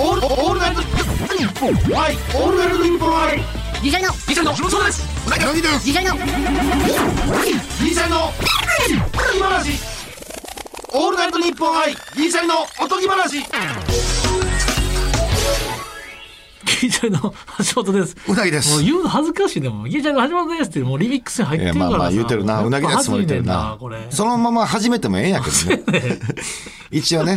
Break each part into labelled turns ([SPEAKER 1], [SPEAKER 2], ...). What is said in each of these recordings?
[SPEAKER 1] オールオールナイトニッポンはいオールナイトニッポンはい
[SPEAKER 2] ギリシャリの
[SPEAKER 1] ギシャリのそうです
[SPEAKER 3] 何です
[SPEAKER 2] ギリシャリの
[SPEAKER 1] ギリシャリのおとぎ話オールナイトニッポンはいギリシャリのおとぎ話
[SPEAKER 4] ギリシャリの橋本です。
[SPEAKER 3] うなぎです
[SPEAKER 4] もう言うの恥ずかしいでも、ギリシャリの橋本ですって、もうリミックスに入ってるから
[SPEAKER 3] ま
[SPEAKER 4] さ。
[SPEAKER 3] あまあ言うてるなうなぎですも言うてるな
[SPEAKER 4] これ。
[SPEAKER 3] そのまま始めてもええんやけど ね一応ね、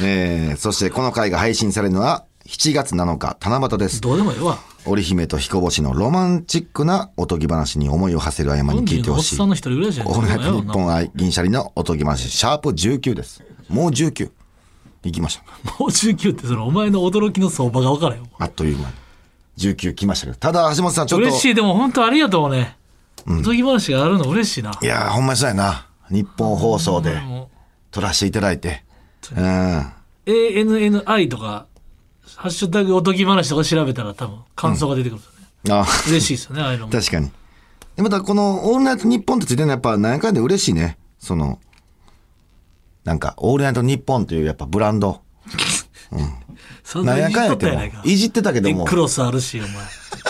[SPEAKER 3] えー、そしてこの回が配信されるのは7月7日七夕です
[SPEAKER 4] どうでもええわ。
[SPEAKER 3] 織姫と彦星のロマンチックなおとぎ話に思いを馳せる合間に聞いて
[SPEAKER 4] のお
[SPEAKER 3] ほ
[SPEAKER 4] っ
[SPEAKER 3] しい
[SPEAKER 4] さんの一人ぐらいじゃ
[SPEAKER 3] オールナイトニッポン
[SPEAKER 4] も
[SPEAKER 3] 愛銀シャリのおとぎ話シャープ19ですもう19いきました
[SPEAKER 4] う19って、そのお前の驚きの相場が分からへん。
[SPEAKER 3] あっという間に19来ましたけどただ橋本さんちょっと
[SPEAKER 4] 嬉しい、でも本当ありがとうね。おとぎ話があるの嬉しいな。
[SPEAKER 3] いやーほんまにそうやな日本放送で
[SPEAKER 4] も
[SPEAKER 3] 撮らせていただいてうん
[SPEAKER 4] う ANNI とか、ハッシュタグおとぎ話とか調べたら多分感想が出てくるんですよね。
[SPEAKER 3] あ
[SPEAKER 4] 嬉しいですよね、ああいうのも。
[SPEAKER 3] 確かに。でまたこの「オールナイトニッポン」ってついてるのはやっぱ何やかんで嬉しいね。そのなんか「オールナイトニッポン」というやっぱブランド。
[SPEAKER 4] そんな
[SPEAKER 3] 何
[SPEAKER 4] に
[SPEAKER 3] やかん
[SPEAKER 4] 言ってとっ
[SPEAKER 3] やっ
[SPEAKER 4] た
[SPEAKER 3] も
[SPEAKER 4] やないか。
[SPEAKER 3] いじってたけど
[SPEAKER 4] で
[SPEAKER 3] も
[SPEAKER 4] クロスあるし、お前。ジ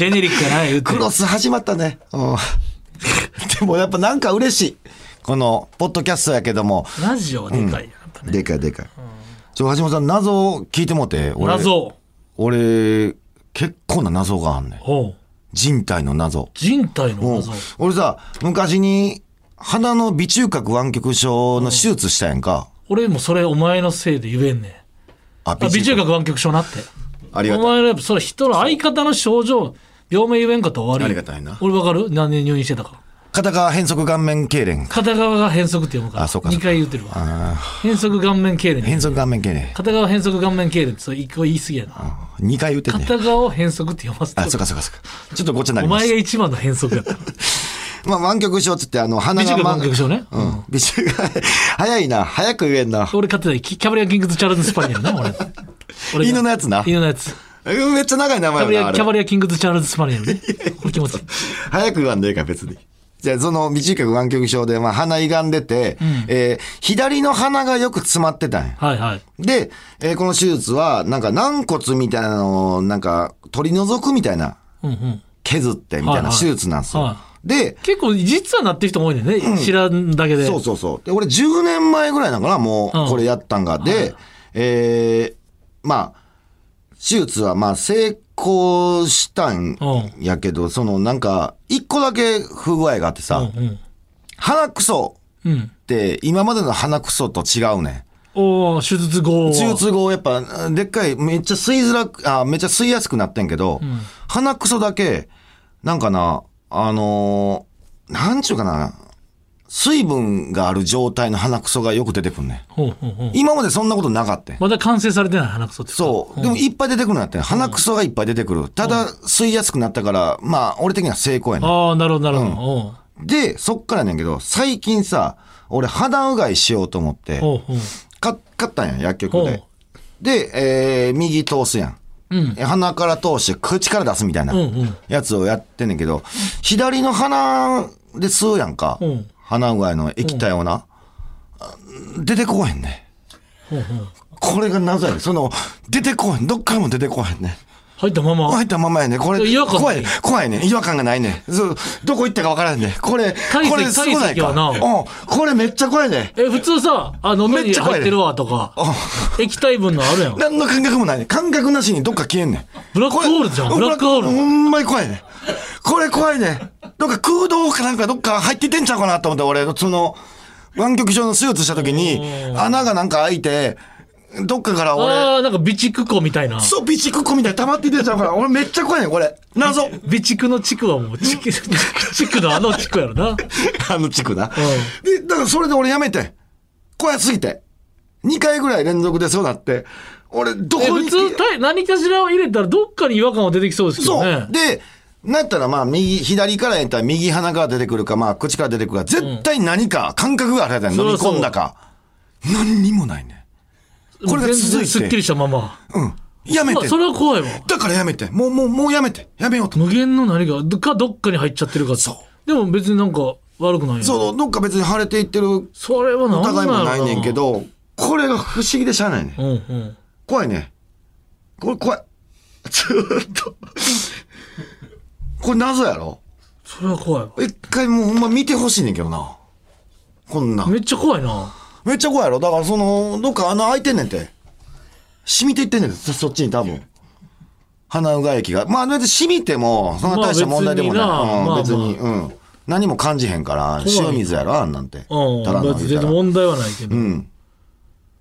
[SPEAKER 4] ェネリックやない言うて
[SPEAKER 3] ク。ロス始まったね。うん でもやっぱなんか嬉しい。このポッドキャストやけども。
[SPEAKER 4] ラジオはでかいよやっぱね。
[SPEAKER 3] でかいでかい。ちょ橋本さん謎を聞いてもうて俺
[SPEAKER 4] 謎。
[SPEAKER 3] 俺結構な謎があんねん
[SPEAKER 4] おう
[SPEAKER 3] 人体の謎。
[SPEAKER 4] 人体の
[SPEAKER 3] うん
[SPEAKER 4] 謎。
[SPEAKER 3] 俺さ昔に鼻の鼻中隔湾曲症の手術したやんか。
[SPEAKER 4] 俺もそれお前のせいで言えんねん。
[SPEAKER 3] あ、
[SPEAKER 4] あ美中学湾曲症なって。
[SPEAKER 3] ありが
[SPEAKER 4] お
[SPEAKER 3] たい。
[SPEAKER 4] 前らやっぱそれ人の相方の症状、病名言えんかったら終わり。
[SPEAKER 3] ありがたいな
[SPEAKER 4] 俺わかる何年入院してたか。
[SPEAKER 3] 片側変側顔面痙攣。
[SPEAKER 4] 片側が変則って読むから。
[SPEAKER 3] あそうかそう
[SPEAKER 4] 2
[SPEAKER 3] か
[SPEAKER 4] 回言ってるわ。
[SPEAKER 3] あ
[SPEAKER 4] 変則顔面痙攣。
[SPEAKER 3] 変側顔面痙攣。
[SPEAKER 4] 片側変則顔面痙攣ってそれ一個言い過ぎやな。
[SPEAKER 3] 2回打ってね。
[SPEAKER 4] 片側を変則って読ませて
[SPEAKER 3] あ、。そうかそうかそうか。ちょっとごっちゃにな
[SPEAKER 4] お
[SPEAKER 3] りま
[SPEAKER 4] 前
[SPEAKER 3] す
[SPEAKER 4] が。一番の変則やった。
[SPEAKER 3] まあ、湾曲症っつって、あの、鼻
[SPEAKER 4] 美
[SPEAKER 3] が
[SPEAKER 4] 中
[SPEAKER 3] ま。
[SPEAKER 4] 湾曲症ね。
[SPEAKER 3] うん。美中が、 早いな。早く言えんな。
[SPEAKER 4] 俺勝てないキキャブリア・キングズ・チャールズ・スパニアルな俺俺が
[SPEAKER 3] 犬のやつな
[SPEAKER 4] 犬のやつキ
[SPEAKER 3] うんめっちゃ長い名前
[SPEAKER 4] ャブリ
[SPEAKER 3] やな、
[SPEAKER 4] ア
[SPEAKER 3] あ
[SPEAKER 4] キャバ
[SPEAKER 3] れ。
[SPEAKER 4] リア・キングズ・チャールズ・スパニアルねこれ気持ちいい
[SPEAKER 3] 早く言わんでええから、別に。じゃあ、その、美中隔湾曲症で、まあ、鼻歪んでて、えー左の鼻がよく詰まってたんや。
[SPEAKER 4] はいはい
[SPEAKER 3] で、えーこの手術は、なんか軟骨みたいなのを、なんか、取り除くみたいな、
[SPEAKER 4] うんうん
[SPEAKER 3] 削ってみたいな
[SPEAKER 4] はいはい
[SPEAKER 3] 手術なんですよ。
[SPEAKER 4] は
[SPEAKER 3] で、
[SPEAKER 4] 結構実はなってる人も多いねんね、知らんだけで
[SPEAKER 3] そうそうそう。で、俺10年前ぐらいなのかな、も
[SPEAKER 4] うん
[SPEAKER 3] う、これやったんが。で、えーまあ、手術はまあ成功したん
[SPEAKER 4] う
[SPEAKER 3] やけど、そのなんか、一個だけ不具合があってさ、
[SPEAKER 4] うん
[SPEAKER 3] 鼻くそ
[SPEAKER 4] うんうん
[SPEAKER 3] って今までの鼻くそと違うねん。
[SPEAKER 4] おお手術後は
[SPEAKER 3] 手術後、やっぱ、でっかい、めっちゃ吸いづらく、あ、めっちゃ吸いやすくなってんけど、鼻くそだけ、なんかな、あのーなんちゅうかな、水分がある状態の鼻くそがよく出てくんね。
[SPEAKER 4] ほうほうほうん
[SPEAKER 3] 今までそんなことなかった。
[SPEAKER 4] まだ完成されてない鼻くそって
[SPEAKER 3] そう。でもいっぱい出てくるんやってん。鼻くそがいっぱい出てくる。ただ、吸いやすくなったから、まあ、俺的には成功やね
[SPEAKER 4] ああなるほどなるほど、
[SPEAKER 3] ん。で、そっからやねんけど、最近さ、俺鼻うがいしようと思っ
[SPEAKER 4] お
[SPEAKER 3] て、
[SPEAKER 4] うほうほう
[SPEAKER 3] か買ったんやん、薬局で
[SPEAKER 4] ほ。
[SPEAKER 3] で、えー右通すやん。
[SPEAKER 4] うん
[SPEAKER 3] 鼻から通して口から出すみたいな
[SPEAKER 4] うんうん
[SPEAKER 3] やつをやってんねんけど、左の鼻で吸うやんか
[SPEAKER 4] うん。
[SPEAKER 3] 鼻うがいの液体をな。出てこへんね。
[SPEAKER 4] ほうほう
[SPEAKER 3] これが謎やねんその、出てこへん。どっからも出てこへんね。
[SPEAKER 4] 入ったまま
[SPEAKER 3] 入ったままやね。これ、
[SPEAKER 4] 違和感ない
[SPEAKER 3] 怖い。怖いね。違和感がないね。そうどこ行ったかわからんね。これ、
[SPEAKER 4] 石
[SPEAKER 3] これすごな
[SPEAKER 4] 体
[SPEAKER 3] い
[SPEAKER 4] 積はな
[SPEAKER 3] か。うん。これめっちゃ怖いね。
[SPEAKER 4] え普通さあ飲み
[SPEAKER 3] めっちゃ怖
[SPEAKER 4] 入っ
[SPEAKER 3] いね
[SPEAKER 4] てるわとか液体分のあるやん
[SPEAKER 3] 何の感覚もないね。感覚なしにどっか消えんねん。
[SPEAKER 4] ブラックホールじゃん
[SPEAKER 3] これ
[SPEAKER 4] ブラックホール
[SPEAKER 3] ほんまに怖いね。これ怖いね。どっか空洞かなんかどっか入っててんちゃうかなと思って、俺、その、湾曲状の手術した時に、穴がなんか開いて、どっかから俺、
[SPEAKER 4] ああ、なんか備蓄庫みたいな。
[SPEAKER 3] そう、備蓄庫みたいに溜まっててんちゃうかな。俺めっちゃ怖いね、これ。 謎。
[SPEAKER 4] 備蓄の地区はもう、地区、地区のあの地区やろな。
[SPEAKER 3] あの地区な。で、だからそれで俺やめて。怖すぎて。2回ぐらい連続でそうなって、俺、ど
[SPEAKER 4] え
[SPEAKER 3] こに
[SPEAKER 4] 普通、た何かしらを入れたらどっかに違和感は出てきそうですけど
[SPEAKER 3] そう
[SPEAKER 4] ね。。
[SPEAKER 3] で、なったらまあ、右、左からやったら右鼻から出てくるか、まあ、口から出てくるか、絶対何か、感覚があるやつやん。
[SPEAKER 4] そ
[SPEAKER 3] 飲み
[SPEAKER 4] らそう
[SPEAKER 3] 込んだか。何にもないね。これが
[SPEAKER 4] 全
[SPEAKER 3] 続
[SPEAKER 4] 然すっ
[SPEAKER 3] い
[SPEAKER 4] き
[SPEAKER 3] て。
[SPEAKER 4] りしたまま。
[SPEAKER 3] うん。やめ
[SPEAKER 4] ま
[SPEAKER 3] て
[SPEAKER 4] あ、。それは怖いわ。
[SPEAKER 3] だからやめて。もう、もう、もうやめて。やめようと。
[SPEAKER 4] 無限の何か、どかどっかに入っちゃってるかって
[SPEAKER 3] そう
[SPEAKER 4] でも別になんか悪くないよ。
[SPEAKER 3] そう、どっか別に腫れていってる
[SPEAKER 4] それは何な
[SPEAKER 3] 疑い
[SPEAKER 4] ん
[SPEAKER 3] も
[SPEAKER 4] やろ
[SPEAKER 3] ないねんけ。ど、これが不思議でしゃあないね
[SPEAKER 4] うんうん。
[SPEAKER 3] 怖いね。これ怖い。ずーっと。これ謎やろ
[SPEAKER 4] それは怖いわ
[SPEAKER 3] 一回もうほんま見てほしいねんけどな。こんなん。
[SPEAKER 4] めっちゃ怖いな
[SPEAKER 3] めっちゃ怖いやろだからその、どっか穴開いてんねんて。染みていってんねんて、そそっちに多分。鼻うが液が。まあ、だって染みても、そんな大した問題でもない。
[SPEAKER 4] まあ別にな
[SPEAKER 3] うん、別に、うん。何も感じへんから、
[SPEAKER 4] い
[SPEAKER 3] 塩水やろあんなんて。
[SPEAKER 4] うん
[SPEAKER 3] ただの
[SPEAKER 4] 別に全
[SPEAKER 3] 言うたら
[SPEAKER 4] 然問題はないけど、
[SPEAKER 3] うん。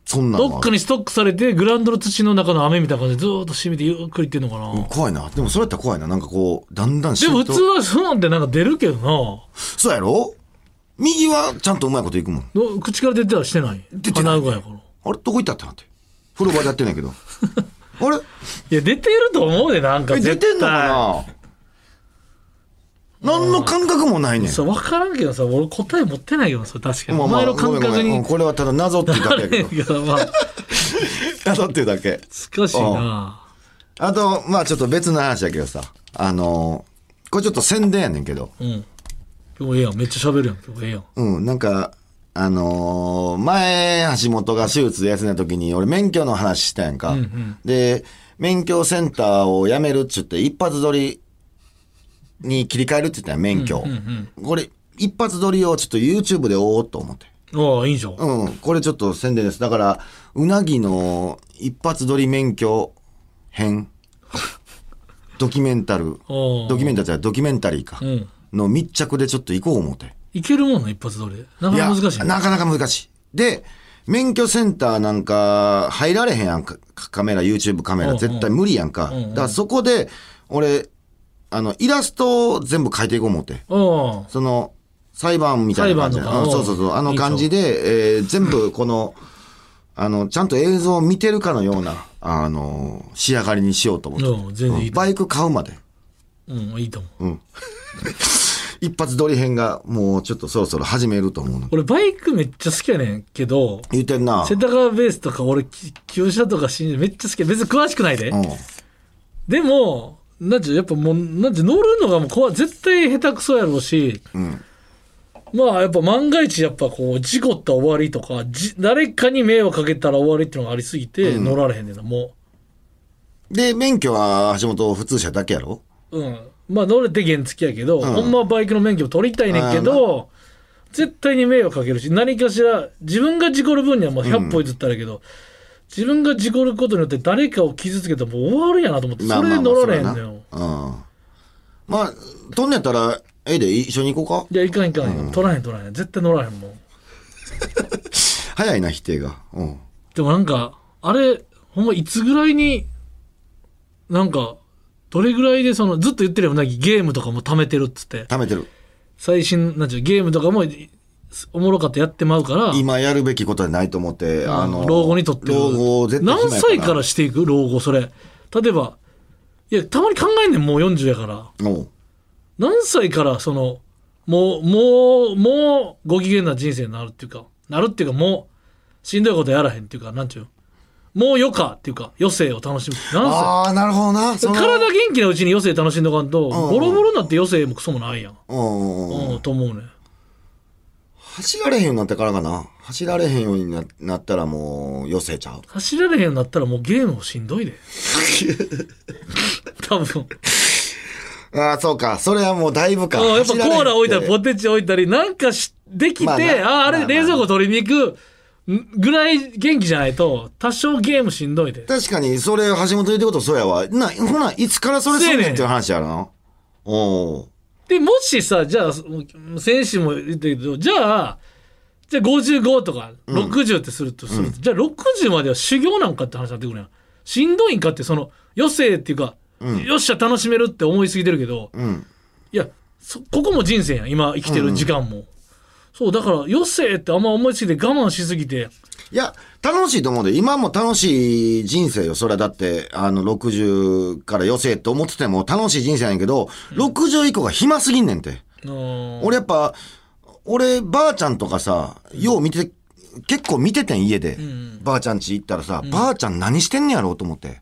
[SPEAKER 3] そんなの
[SPEAKER 4] どっかにストックされてグラウンドの土の中の雨みたいな感じでずーっと染みてゆっくりいってんのかな、
[SPEAKER 3] 怖いな。でもそれやったら怖いな。なんかこう、だんだん
[SPEAKER 4] でも
[SPEAKER 3] 浸
[SPEAKER 4] 普
[SPEAKER 3] 透
[SPEAKER 4] 通はそうなんてなんか出るけど
[SPEAKER 3] そうやろ右はちゃんとうまいこといくもん。
[SPEAKER 4] なの口から出てはしてない
[SPEAKER 3] 出てな
[SPEAKER 4] 鼻
[SPEAKER 3] い
[SPEAKER 4] うがいから
[SPEAKER 3] あれどこ行ったってなって。風呂場でやってんねんけど。あれ
[SPEAKER 4] いや出てると思うでなんか
[SPEAKER 3] え、出
[SPEAKER 4] 絶対
[SPEAKER 3] てんのかな何の感覚もないねん。
[SPEAKER 4] そう分からんけどさ俺答え持ってないけどさ確かに、
[SPEAKER 3] まあ
[SPEAKER 4] お
[SPEAKER 3] まあ
[SPEAKER 4] 前の感
[SPEAKER 3] ごめ
[SPEAKER 4] 覚
[SPEAKER 3] ん ごめんう
[SPEAKER 4] に
[SPEAKER 3] んこれはただ謎っていうだけやけど。
[SPEAKER 4] いやまあ
[SPEAKER 3] 謎っていうだけ。
[SPEAKER 4] 難しいな
[SPEAKER 3] あと、まあちょっと別の話だけどさ。あのーこれちょっと宣伝やねんけど。
[SPEAKER 4] うん今日ええやんめっちゃ喋るやん今日ええやん
[SPEAKER 3] うん、なんか、あのー前、橋本が手術で休んだ時に、俺免許の話したやんか。で、免許センターを辞めるっつって、一発撮りに切り替えるって言ったやん、免許。これ、一発撮りをちょっと YouTube で追おうと思って。
[SPEAKER 4] ああいいじゃん、
[SPEAKER 3] うん、これちょっと宣伝です。だから、うなぎの一発撮り免許編、 ドキュメンタル、
[SPEAKER 4] おー
[SPEAKER 3] ドキュメンタルじゃないドキュメンタリーか、
[SPEAKER 4] うん
[SPEAKER 3] の密着でちょっと行こう思って。
[SPEAKER 4] いけるもんな一発撮りでなか
[SPEAKER 3] い
[SPEAKER 4] な
[SPEAKER 3] や
[SPEAKER 4] か難しいね
[SPEAKER 3] なかなか難しい。で、免許センターなんか入られへんやんか。カメラ、YouTube カ
[SPEAKER 4] う
[SPEAKER 3] メ
[SPEAKER 4] ん
[SPEAKER 3] ラ、
[SPEAKER 4] うん
[SPEAKER 3] 絶対無理やんか。だからそこで、俺、あの、イラストを全部描いていこう思って。
[SPEAKER 4] うん
[SPEAKER 3] その、裁判みたいな感じで
[SPEAKER 4] 裁判
[SPEAKER 3] う
[SPEAKER 4] と
[SPEAKER 3] ん
[SPEAKER 4] か
[SPEAKER 3] そうそうそう。あ
[SPEAKER 4] い
[SPEAKER 3] の
[SPEAKER 4] いと
[SPEAKER 3] 感じで、えー全部この、あの、ちゃんと映像を見てるかのような、あの、仕上がりにしようと思って。
[SPEAKER 4] うん全然いい
[SPEAKER 3] うんバイク買うまで。
[SPEAKER 4] うん、いいと思う。
[SPEAKER 3] 一発撮り編が、もうちょっとそろそろ始めると思うの。
[SPEAKER 4] 俺、バイクめっちゃ好きやねんけど、
[SPEAKER 3] 言ってんな。
[SPEAKER 4] 世田川ベースとか俺、き旧車とか新車めっちゃ好き。別に詳しくないで。
[SPEAKER 3] うん。
[SPEAKER 4] でも、なんちゅう、やっぱもう、なんちゅう、乗るのがもう怖い。絶対下手くそやろうし、まあ、やっぱ万が一、やっぱこう、事故ったら終わりとか、じ誰かに迷惑かけたら終わりっていうのがありすぎて、乗られへんねんな、も
[SPEAKER 3] で、免許は橋本普通車だけやろ
[SPEAKER 4] う。うん。まあ、乗れて原付やけど、ほんまはバイクの免許を取りたいねんけど、絶対に迷惑かけるし、何かしら、自分が事故る分にはもう100歩譲ったらやけど、自分が事故ることによって誰かを傷つけたらもう終わるやなと思って、それで乗られへんのよ。
[SPEAKER 3] そらなうん。まあ、飛んでたら、ええで一緒に行こう
[SPEAKER 4] いや、いかんいかんよ。取らへん取らへん。絶対乗らへんもん。
[SPEAKER 3] か。早いな、否定が。うん。
[SPEAKER 4] でもなんか、あれ、ほんまいつぐらいに、なんか、どれぐらいでその、ずっと言ってるよ、うなぎゲームとかも貯めてるっつって。
[SPEAKER 3] 貯めてる。
[SPEAKER 4] 最新、なんちゅう、ゲームとかもいおもろかったやってまうから、
[SPEAKER 3] 今やるべきことはないと思って、あの、
[SPEAKER 4] 老後にとってる
[SPEAKER 3] 老後を絶対
[SPEAKER 4] 何
[SPEAKER 3] 暇や
[SPEAKER 4] 歳からしていく老後、それ。例えば、いや、たまに考えんねん、もう40やから。
[SPEAKER 3] おう
[SPEAKER 4] 何歳からそのもうもうもうご機嫌な人生になるっていうかなるっていうかもうしんどいことやらへんっていうかなんていうのもう余暇っていうか余生を楽しむ何歳
[SPEAKER 3] ああ、なるほどな。その
[SPEAKER 4] 体元気なうちに余生楽しんどかんと
[SPEAKER 3] ん
[SPEAKER 4] ボロボロになって余生もクソもないやん、
[SPEAKER 3] うんうんうん。
[SPEAKER 4] うん、と思うね
[SPEAKER 3] 走られへんようになってからかな。走られへんようにななったらもう、余生ちゃう。
[SPEAKER 4] 走られへんようになったらもうゲームもしんど いで多分
[SPEAKER 3] ああ、そうか。それはもうだいぶか。
[SPEAKER 4] うんやっぱコ
[SPEAKER 3] 走られへん
[SPEAKER 4] ーラ置いたりポ
[SPEAKER 3] て
[SPEAKER 4] テチ置いたりなんかしできて、
[SPEAKER 3] まあな
[SPEAKER 4] あああ
[SPEAKER 3] まあ
[SPEAKER 4] れ
[SPEAKER 3] な
[SPEAKER 4] 冷蔵庫取りに行くんぐらい元気じゃないと多少ゲームしんどいで
[SPEAKER 3] 確かに、それ、橋本言ってことそうやわ。な、ほな、いつからそれすんねんっていう話やろな。おう
[SPEAKER 4] でもしさじゃあ選手も言ってるけどじゃあじゃあ55とか60ってするとすると、じゃあ60までは修行なんかって話になってくるやんしんどいんかってその余生っていうか、よっしゃ楽しめるって思いすぎてるけど、
[SPEAKER 3] ん
[SPEAKER 4] いやそここも人生やん今生きてる時間も、そうだから余生ってあんま思いすぎて我慢しすぎて
[SPEAKER 3] いや、楽しいと思うで、今も楽しい人生よ。それはだって、あの、60から余生って思ってても楽しい人生やねんけど、60以降が暇すぎんねんて。
[SPEAKER 4] うーん
[SPEAKER 3] 俺やっぱ、俺、ばあちゃんとかさ、よう見て、結構見ててん、家で。ばあちゃん家行ったらさ、ばあちゃん何してんねやろうと思って。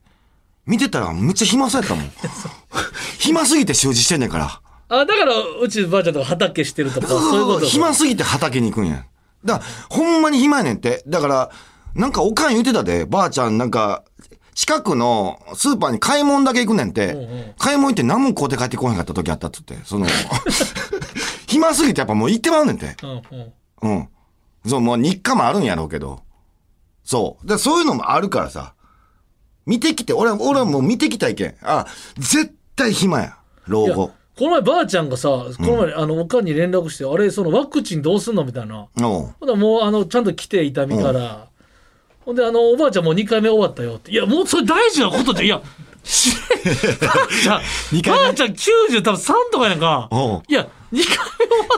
[SPEAKER 3] 見てたらめっちゃ暇そうやったも ん。暇すぎて習字してんねんから。
[SPEAKER 4] あだからうちばあちゃんとか畑してるとかそういうことか
[SPEAKER 3] 暇すぎて畑に行くんや。だから、ほんまに暇やねんって。だから、なんかおかん言うてたで、ばあちゃんなんか、近くのスーパーに買い物だけ行くねんて、
[SPEAKER 4] んうん
[SPEAKER 3] 買い物行って何も買うて帰ってこへんかった時あったっつって、その、暇すぎてやっぱもう行ってまうねんて。
[SPEAKER 4] うんうん
[SPEAKER 3] うん。そう、もう日課もあるんやろうけど。そう。で、そういうのもあるからさ。見てきて、俺は、俺はもう見てきたいけん。あ、絶対暇や。老
[SPEAKER 4] いや
[SPEAKER 3] 後
[SPEAKER 4] こ。の前ばあちゃんがさこの前、あのおかんに連絡して「あれそのワクチンどうすんの?」みたいな
[SPEAKER 3] おう
[SPEAKER 4] ほんならもうあのちゃんと来て痛みから、ほんであのおばあちゃんもう2回目終わったよっていやもうそれ大事なこと でいやしばあちゃん
[SPEAKER 3] 二回目
[SPEAKER 4] ばあちゃん90多分3とかやんか
[SPEAKER 3] おう
[SPEAKER 4] いや2回目終わ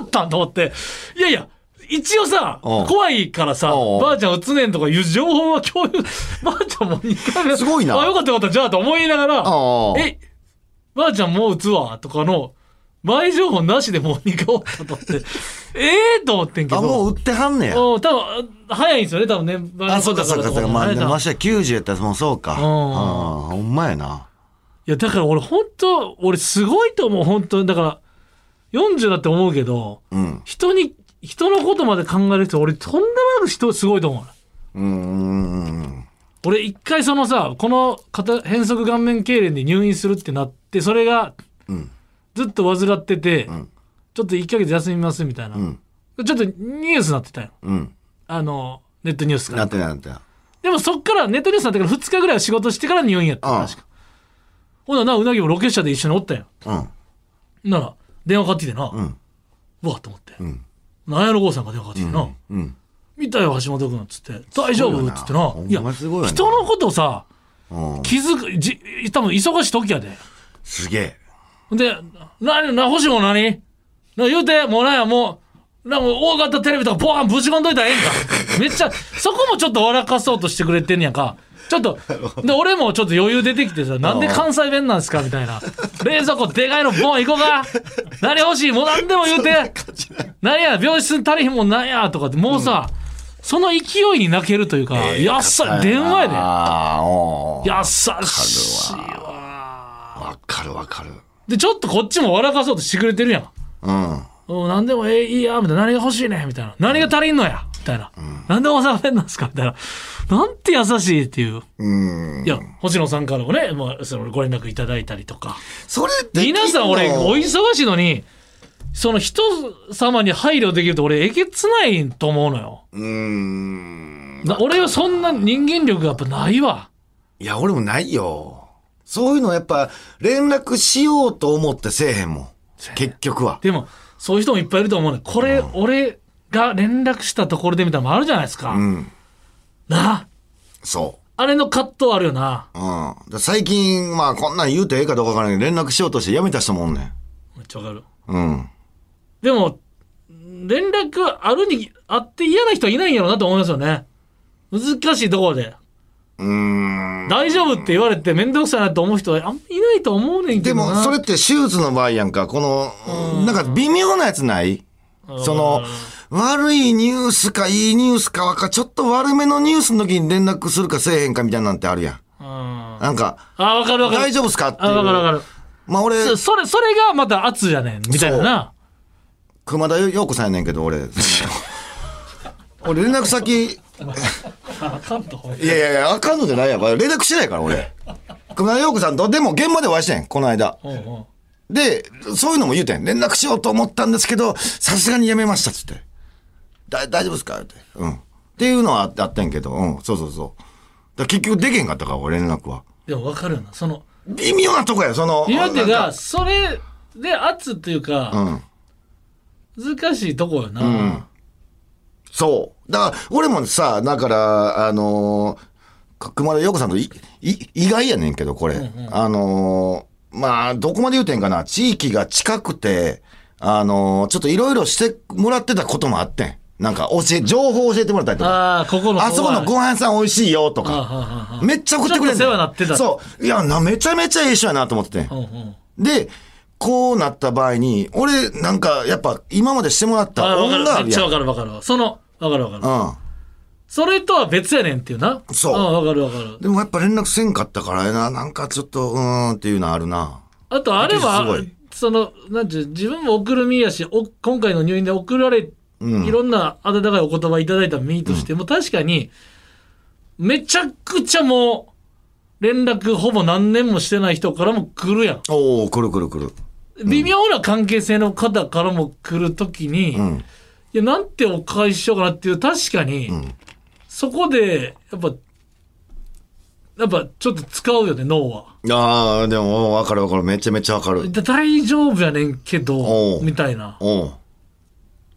[SPEAKER 4] ったんと思っていやいや一応さ
[SPEAKER 3] おう
[SPEAKER 4] 怖いからさ
[SPEAKER 3] おう
[SPEAKER 4] ばあちゃんうつねんとかいう情報は共有ばあちゃんも2回目
[SPEAKER 3] すごいな
[SPEAKER 4] あよかったよかったじゃあと思いながら
[SPEAKER 3] おう
[SPEAKER 4] えばあちゃんもう打つわとかの前情報なしでもう2回終わったと思って ええと思ってんけど
[SPEAKER 3] あ、もう売ってはんねや。
[SPEAKER 4] うん、多分あ早いんですよね、多分ね。
[SPEAKER 3] あ、そうかそうかそうか。まあ、
[SPEAKER 4] い
[SPEAKER 3] でもわしは90やったらもうそうか。
[SPEAKER 4] ん
[SPEAKER 3] ああ、ほんまやな。
[SPEAKER 4] や、だから俺、本当俺、すごいと思う、本当に。だから、40だって思うけど、
[SPEAKER 3] うん。
[SPEAKER 4] 人に、人のことまで考える人、俺、とんでもなく人、すごいと思う。
[SPEAKER 3] うーん。
[SPEAKER 4] 俺、一回そのさ、この片変則顔面痙攣で入院するってなって、それが、
[SPEAKER 3] うん。
[SPEAKER 4] ずっと患ってて、
[SPEAKER 3] ん
[SPEAKER 4] ちょっと1ヶ月休みます、みたいな。
[SPEAKER 3] うん。
[SPEAKER 4] ちょっとニュースなってたよ。
[SPEAKER 3] うん。
[SPEAKER 4] あの、ネットニュースか
[SPEAKER 3] な
[SPEAKER 4] ら
[SPEAKER 3] っ。てないなってない。
[SPEAKER 4] でもそっからネットニュースになってから2日ぐらいは仕事してから入院やった
[SPEAKER 3] うん
[SPEAKER 4] 確か。ほんならな、うなぎもロケ車で一緒におったんや。
[SPEAKER 3] うん。
[SPEAKER 4] なら、電話かかってきてな、うんわっと思って。
[SPEAKER 3] ん
[SPEAKER 4] なんやの郷さんが電話かかってきてな、
[SPEAKER 3] うん。
[SPEAKER 4] 見たよ、橋本君、つって。大丈
[SPEAKER 3] すごい
[SPEAKER 4] 夫
[SPEAKER 3] よな
[SPEAKER 4] つってな
[SPEAKER 3] ほん。ま
[SPEAKER 4] いや、
[SPEAKER 3] すごいよな
[SPEAKER 4] 人のことさ、
[SPEAKER 3] うん。
[SPEAKER 4] 気づく、じ、多分忙しい時やで。
[SPEAKER 3] すげえ。
[SPEAKER 4] ほんで、な、な、星も何な言うて、もうなんや、もう、な、もう大型テレビとかボーンぶち込んどいたらええんか。めっちゃ、そこもちょっと笑かそうとしてくれてんねやんか。ちょっと、で、俺もちょっと余裕出てきてさ、なんで関西弁なんすかみた いな。冷蔵庫でかいのボーン行こうか。何欲しいもう何でも言うて。何や、病室に足りひんもんなんやとかって、もうさ、その勢いに泣けるというか、やっさ、電話やで。
[SPEAKER 3] ああ、おう
[SPEAKER 4] 優しいわ。
[SPEAKER 3] わかるわかる。
[SPEAKER 4] で、ちょっとこっちも笑かそうとしてくれてるやん。
[SPEAKER 3] うん。
[SPEAKER 4] うん、何でもええ、いいや、みたいな。何が欲しいねみたいな。何が足りんのやみたいな。何で大阪弁なんすかみたいな。なんて優しいっていう。
[SPEAKER 3] うん。
[SPEAKER 4] いや、星野さんからもね、まあ、そのご連絡いただいたりとか。
[SPEAKER 3] それできんの
[SPEAKER 4] 皆さん、俺、お忙しいのに、その人様に配慮できると俺、えげつないと思うのよ。
[SPEAKER 3] うーん。
[SPEAKER 4] な俺はそんな人間力がやっぱないわ。
[SPEAKER 3] いや、俺もないよ。そういうのやっぱ、連絡しようと思ってせえへんもん。結局は。
[SPEAKER 4] でも、そういう人もいっぱいいると思うね。これ、俺が連絡したところでみたいなのもあるじゃないですか。
[SPEAKER 3] うん。
[SPEAKER 4] なあ。
[SPEAKER 3] そ
[SPEAKER 4] あれの葛藤あるよな。
[SPEAKER 3] う。うん。だ最近、まあ、こんなん言うてええかどうかわからんけど、連絡しようとしてやめた人もおんねん。
[SPEAKER 4] めっちゃわかる。
[SPEAKER 3] うん。
[SPEAKER 4] でも、連絡あるに、あって嫌な人はいないんやろうなと思いますよね。難しいところで。
[SPEAKER 3] うーん。
[SPEAKER 4] 大丈夫って言われて面倒くさいなと思う人はあんまいないと思うねんけ
[SPEAKER 3] で
[SPEAKER 4] どな。
[SPEAKER 3] も、それって手術の場合やんか、この、なんか微妙なやつないその、悪いニュースかいいニュースかわか、ちょっと悪めのニュースの時に連絡するかせえへんかみたいなんてあるやん。
[SPEAKER 4] うん。あ、
[SPEAKER 3] なんか、
[SPEAKER 4] わかるわかる。
[SPEAKER 3] 大丈夫っすかっていう。
[SPEAKER 4] あ、わかるわかる。
[SPEAKER 3] まあ俺、
[SPEAKER 4] そそれ、それがまた圧じゃねん、みたいなな。
[SPEAKER 3] 熊田陽子さんやねんけど、俺、そ の俺連絡先、
[SPEAKER 4] あかんと思う。
[SPEAKER 3] いやいやいや、あかんのじゃないやんか。連絡してないから、俺。熊田陽子さんと、でも現場でお会いしてん、この間。
[SPEAKER 4] うんうん
[SPEAKER 3] で、そういうのも言うてん。連絡しようと思ったんですけど、さすがにやめましたっつって。だ、大丈夫ですかって。うん。っていうのはああってんけど、うん、そうそうそう。だから結局でけんかったから、俺連絡は。
[SPEAKER 4] でもわかるよな。その、
[SPEAKER 3] 微妙なとこや、その。
[SPEAKER 4] 今手
[SPEAKER 3] なん
[SPEAKER 4] が、
[SPEAKER 3] か
[SPEAKER 4] それで圧っていう
[SPEAKER 3] う
[SPEAKER 4] か、
[SPEAKER 3] ん。
[SPEAKER 4] 難しいとこよな。
[SPEAKER 3] そう。だから、俺もさ、だから、あのーか熊田陽子さんとい、い、意外やねんけど、これ。あのーまあ、どこまで言うてんかな、地域が近くて、あのーちょっといろいろしてもらってたこともあってん。なんか、教え、情報教えてもらったりとか。
[SPEAKER 4] ああ、ここの
[SPEAKER 3] あそこのご飯屋さん美味しいよと
[SPEAKER 4] ああ
[SPEAKER 3] か。
[SPEAKER 4] あああ
[SPEAKER 3] めっちゃ送ってくれんねん
[SPEAKER 4] ちょっと世話なってた
[SPEAKER 3] そう。いや、な、めちゃめちゃいい人やなと思っててん。
[SPEAKER 4] あうんうん
[SPEAKER 3] で、こうなった場合に、俺、なんか、やっぱ、今までしてもらっ
[SPEAKER 4] あ
[SPEAKER 3] た
[SPEAKER 4] わか
[SPEAKER 3] 恩があ
[SPEAKER 4] る。め
[SPEAKER 3] る
[SPEAKER 4] っち
[SPEAKER 3] や
[SPEAKER 4] ゃわ
[SPEAKER 3] ん。
[SPEAKER 4] かるわかるわ。その、わかるわかる。
[SPEAKER 3] うん。
[SPEAKER 4] それとは別やねんっていうな。
[SPEAKER 3] そうん
[SPEAKER 4] わかるわかる。
[SPEAKER 3] でもやっぱ連絡せんかったからやな、なんかちょっと、うーんっていうのあるな。
[SPEAKER 4] あと、あれ
[SPEAKER 3] すご、
[SPEAKER 4] はいその、なんていう、自分も送る身やし、お今回の入院で送られ、いろんな温かいお言葉いただいた身としても、確かに、めちゃくちゃもう、連絡ほぼ何年もしてない人からも来るやん。
[SPEAKER 3] おお、くるくるくる。
[SPEAKER 4] 微妙な関係性の方からも来るときに、いや、なんてお返ししようかなっていう、確かに、そこで、やっぱ、やっぱちょっと使うよね、脳は。
[SPEAKER 3] ああ、でも、わかるわかる。めちゃめちゃわかる。
[SPEAKER 4] で大丈夫やねんけ
[SPEAKER 3] お
[SPEAKER 4] ど、
[SPEAKER 3] う
[SPEAKER 4] みたいな。
[SPEAKER 3] うん。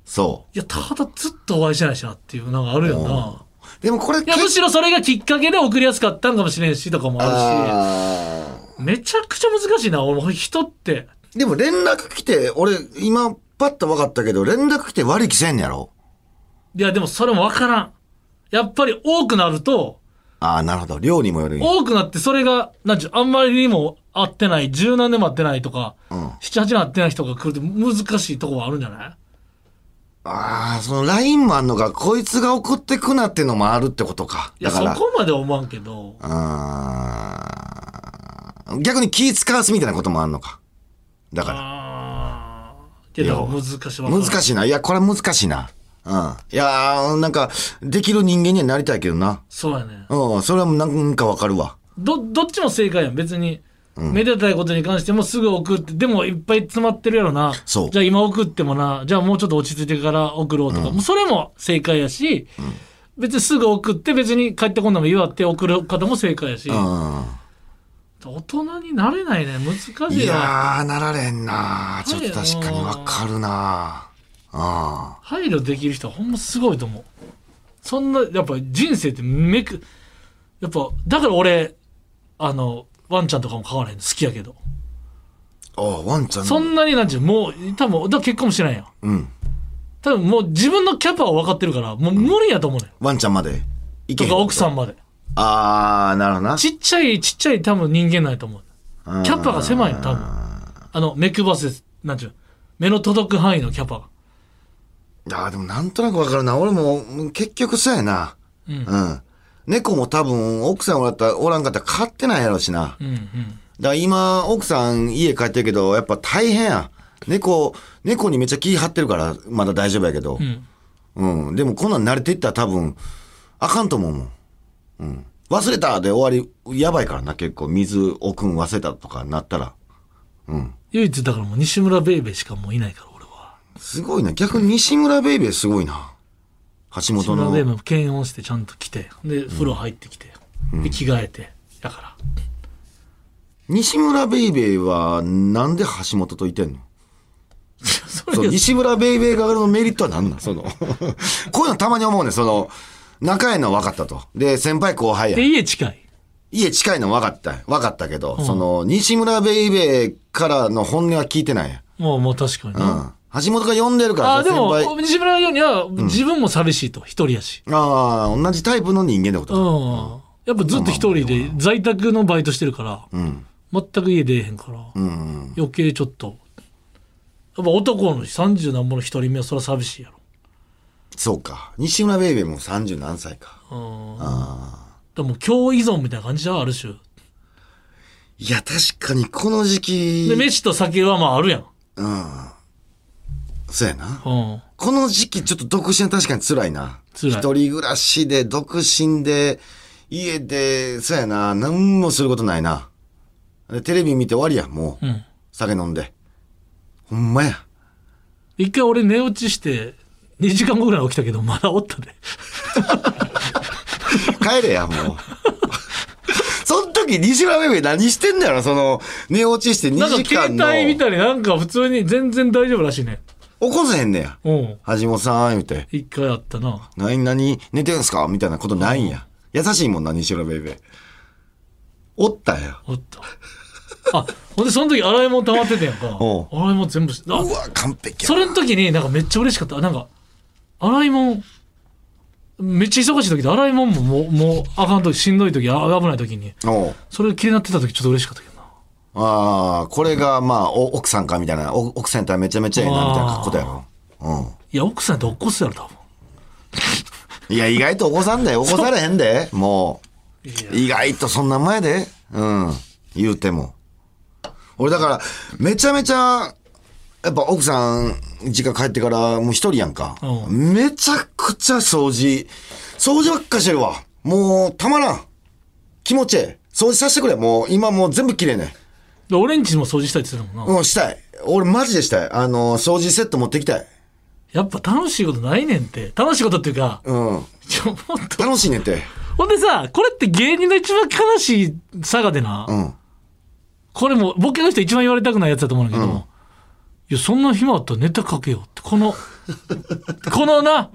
[SPEAKER 3] そ
[SPEAKER 4] いや、ただずっとお会いしてないしなっていう、なんかあるよな。
[SPEAKER 3] う。でもこれ
[SPEAKER 4] いや、むしろそれがきっかけで送りやすかったんかもしれんし、とかもあ
[SPEAKER 3] あ
[SPEAKER 4] るし、めちゃくちゃ難しいな、俺も人って。
[SPEAKER 3] ーでも連絡来て、俺、今、パッと分かったけど、連絡来て悪い気せんねやろ
[SPEAKER 4] いや、でもそれもわからん。やっぱり多くなると、
[SPEAKER 3] ああ、なるほど。量にもよるんや
[SPEAKER 4] 多くなってそれが、なんちゅう、あんまりにも合ってない、柔軟でも合ってないとか、七、八年合ってない人が来ると難しいとこはあるんじゃない
[SPEAKER 3] ああ、その LINE もあんのか、こいつが送ってくなってのもあるってことか。
[SPEAKER 4] いや、
[SPEAKER 3] だか
[SPEAKER 4] そ
[SPEAKER 3] ら。
[SPEAKER 4] こまで思わんけど、
[SPEAKER 3] あー逆に気使わすみたいなこともあんのか。だから。
[SPEAKER 4] あーいや、でも難しいわ。
[SPEAKER 3] 難しいな。いや、これは難しいな。うん。いやー、なんか、できる人間にはなりたいけどな。
[SPEAKER 4] そうやね。
[SPEAKER 3] うん、それはなんかわかるわ。
[SPEAKER 4] ど、どっちも正解やん。別に、めでたいことに関してもすぐ送って、でもいっぱい詰まってるやろな。
[SPEAKER 3] そう
[SPEAKER 4] じゃあ今送ってもな、じゃあもうちょっと落ち着いてから送ろうとか、もうそれも正解やし、別にすぐ送って別に帰ってこんでも祝って送る方も正解やし、
[SPEAKER 3] う
[SPEAKER 4] 大人になれないね。難
[SPEAKER 3] ん。
[SPEAKER 4] し
[SPEAKER 3] い
[SPEAKER 4] いな。
[SPEAKER 3] やー、なられんなちょっと確かにわかるなあ
[SPEAKER 4] 配慮できる人はほんますごいと思う。そんな、やっぱ人生ってめく、やっぱ、だから俺、あの、ワンちゃんとかも飼わないの好きやけど。
[SPEAKER 3] あ。あワンちゃん。
[SPEAKER 4] そんなになんちゅう、もう、多分、だから結婚もしてないやん。
[SPEAKER 3] うん。
[SPEAKER 4] 多分もう自分のキャパは分かってるから、もう無理やと思うねん。
[SPEAKER 3] ワンちゃんまで。いけ
[SPEAKER 4] と
[SPEAKER 3] へ
[SPEAKER 4] か奥さ
[SPEAKER 3] ん。
[SPEAKER 4] んまで。
[SPEAKER 3] あー、なるほどな。
[SPEAKER 4] ちっちゃい、ちっちゃい多分人間ないと思う。
[SPEAKER 3] うん
[SPEAKER 4] キャパが狭いの、多分。あの、目くばせ、なんちゅう、目の届く範囲のキャパが。
[SPEAKER 3] ああ、でもなんとなくわかるな。俺も、うん結局そうやな。
[SPEAKER 4] うん
[SPEAKER 3] うん。猫も多分、奥さんおらったら、おらんかったら飼ってないやろうしな。
[SPEAKER 4] うんうん。
[SPEAKER 3] だから今、奥さん家帰ってるけど、やっぱ大変や。猫、猫にめっちゃ気張ってるから、まだ大丈夫やけど
[SPEAKER 4] う。ん。
[SPEAKER 3] うん。でもこんなん慣れていったら多分、あかんと思うもん。うん。忘れたで終わり、やばいからな、結構。水置くん忘れたとかなったら。
[SPEAKER 4] 唯一だからもう西村ベイベーしかもういないから、俺は。
[SPEAKER 3] すごいな。逆に西村ベイベーすごいな。橋
[SPEAKER 4] 西
[SPEAKER 3] 本
[SPEAKER 4] 村
[SPEAKER 3] の。
[SPEAKER 4] ベイベーも検温してちゃんと来て、で、風呂入ってきて、で、着替えて、だから。
[SPEAKER 3] 西村ベイベーはなんで橋本といてんの
[SPEAKER 4] そ
[SPEAKER 3] そう
[SPEAKER 4] れ
[SPEAKER 3] 西村ベイベー側のメリットは何なん そのこういうのたまに思うねんその仲いいのは分かったとで先輩後輩や
[SPEAKER 4] で、家近い。
[SPEAKER 3] 家近いの分かった分かったけど、その西村ベイベーからの本音は聞いてないや
[SPEAKER 4] もう、もう確かに
[SPEAKER 3] う
[SPEAKER 4] な。
[SPEAKER 3] ん橋本が呼んでるから
[SPEAKER 4] ああ、でも
[SPEAKER 3] 先、輩
[SPEAKER 4] 西村ようには、自分も寂しいと、一人やし。
[SPEAKER 3] ああ同じタイプの人間ってこと
[SPEAKER 4] う
[SPEAKER 3] か
[SPEAKER 4] ん。やっぱずっと一人で在宅のバイトしてるから、
[SPEAKER 3] うん
[SPEAKER 4] 全く家出えへんから、
[SPEAKER 3] うん
[SPEAKER 4] 余計ちょっと。やっぱ男の30何ぼの一人目はそりゃ寂しいや
[SPEAKER 3] そうか西村ベイベーも30何歳か
[SPEAKER 4] ろ。うん。でも今日依存みたいな感じじゃんある種。
[SPEAKER 3] いや確かにこの時
[SPEAKER 4] で、
[SPEAKER 3] 期
[SPEAKER 4] 飯と酒はまああるやん。
[SPEAKER 3] そうやな
[SPEAKER 4] うん。
[SPEAKER 3] この時期ちょっと独身は確かに辛いな。
[SPEAKER 4] 辛い
[SPEAKER 3] 一人暮らしで、独身で、家で、そうやな、何もすることないな。でテレビ見て終わりや、もう。
[SPEAKER 4] うん。
[SPEAKER 3] 酒飲んで。ほんまや。
[SPEAKER 4] 一回俺寝落ちして、2時間後ぐらい起きたけど、まだおったで。
[SPEAKER 3] 帰れや、もう。 その時、西村ベイベー何してんだよその、寝落ちして2
[SPEAKER 4] なんか
[SPEAKER 3] 時
[SPEAKER 4] 携
[SPEAKER 3] 間
[SPEAKER 4] 帯見
[SPEAKER 3] の。
[SPEAKER 4] たりなんか普通に全然大丈夫らしいね。
[SPEAKER 3] 起こせへんねや。
[SPEAKER 4] うん。
[SPEAKER 3] 橋本さん、言うて。
[SPEAKER 4] 一回あったな。
[SPEAKER 3] 何、何、寝てるんすかみたいなことないんや。優しいもんな、西村ベイベー。おったよ。
[SPEAKER 4] おっと。あ、ほんでその時洗い物溜まっててんやんか。洗
[SPEAKER 3] おう
[SPEAKER 4] い物全部しあ
[SPEAKER 3] う、わ、完璧や
[SPEAKER 4] そ。れの時になんかめっちゃ嬉しかった。なんか、洗い物、めっちゃ忙しい時で洗い物ももう、もうあかん時、しんどい時、あ危ない時に、
[SPEAKER 3] おう
[SPEAKER 4] それ気になってた時ちょっと嬉しかったけどな。
[SPEAKER 3] ああ、これが、まあ、お奥さんかみたいな、お奥さんやったらめちゃめちゃええな、みたいな格好だよ。う
[SPEAKER 4] いや、奥さんって起こすやろ、多分。
[SPEAKER 3] ん。いや、意外と起こさんで、起こされへんで、も。
[SPEAKER 4] いう
[SPEAKER 3] 意外とそんな前で、うん。言うても。俺、だから、めちゃめちゃ、やっぱ奥さん、実家帰ってから、もう一人やんか。
[SPEAKER 4] う
[SPEAKER 3] めちゃくちゃ掃除。掃除ばっかしてるわ。もう、たまらん。気持ちええ。掃除させてくれ。もう、今もう全部綺麗ね。
[SPEAKER 4] で俺んちも掃除したいって言ってたもんな、
[SPEAKER 3] うん、したい。俺マジでしたい。あの、掃除セット持ってきたい。
[SPEAKER 4] やっぱ楽しいことないねんって楽しいことっていうか、
[SPEAKER 3] うん。
[SPEAKER 4] ちょもっと
[SPEAKER 3] 楽しいねんて。
[SPEAKER 4] ほんでさこれって芸人の一番悲しいさがでな、
[SPEAKER 3] うん。
[SPEAKER 4] これもボケの人一番言われたくないやつだと思うんだけど、いやそんな暇あったらネタ書けよってこの このな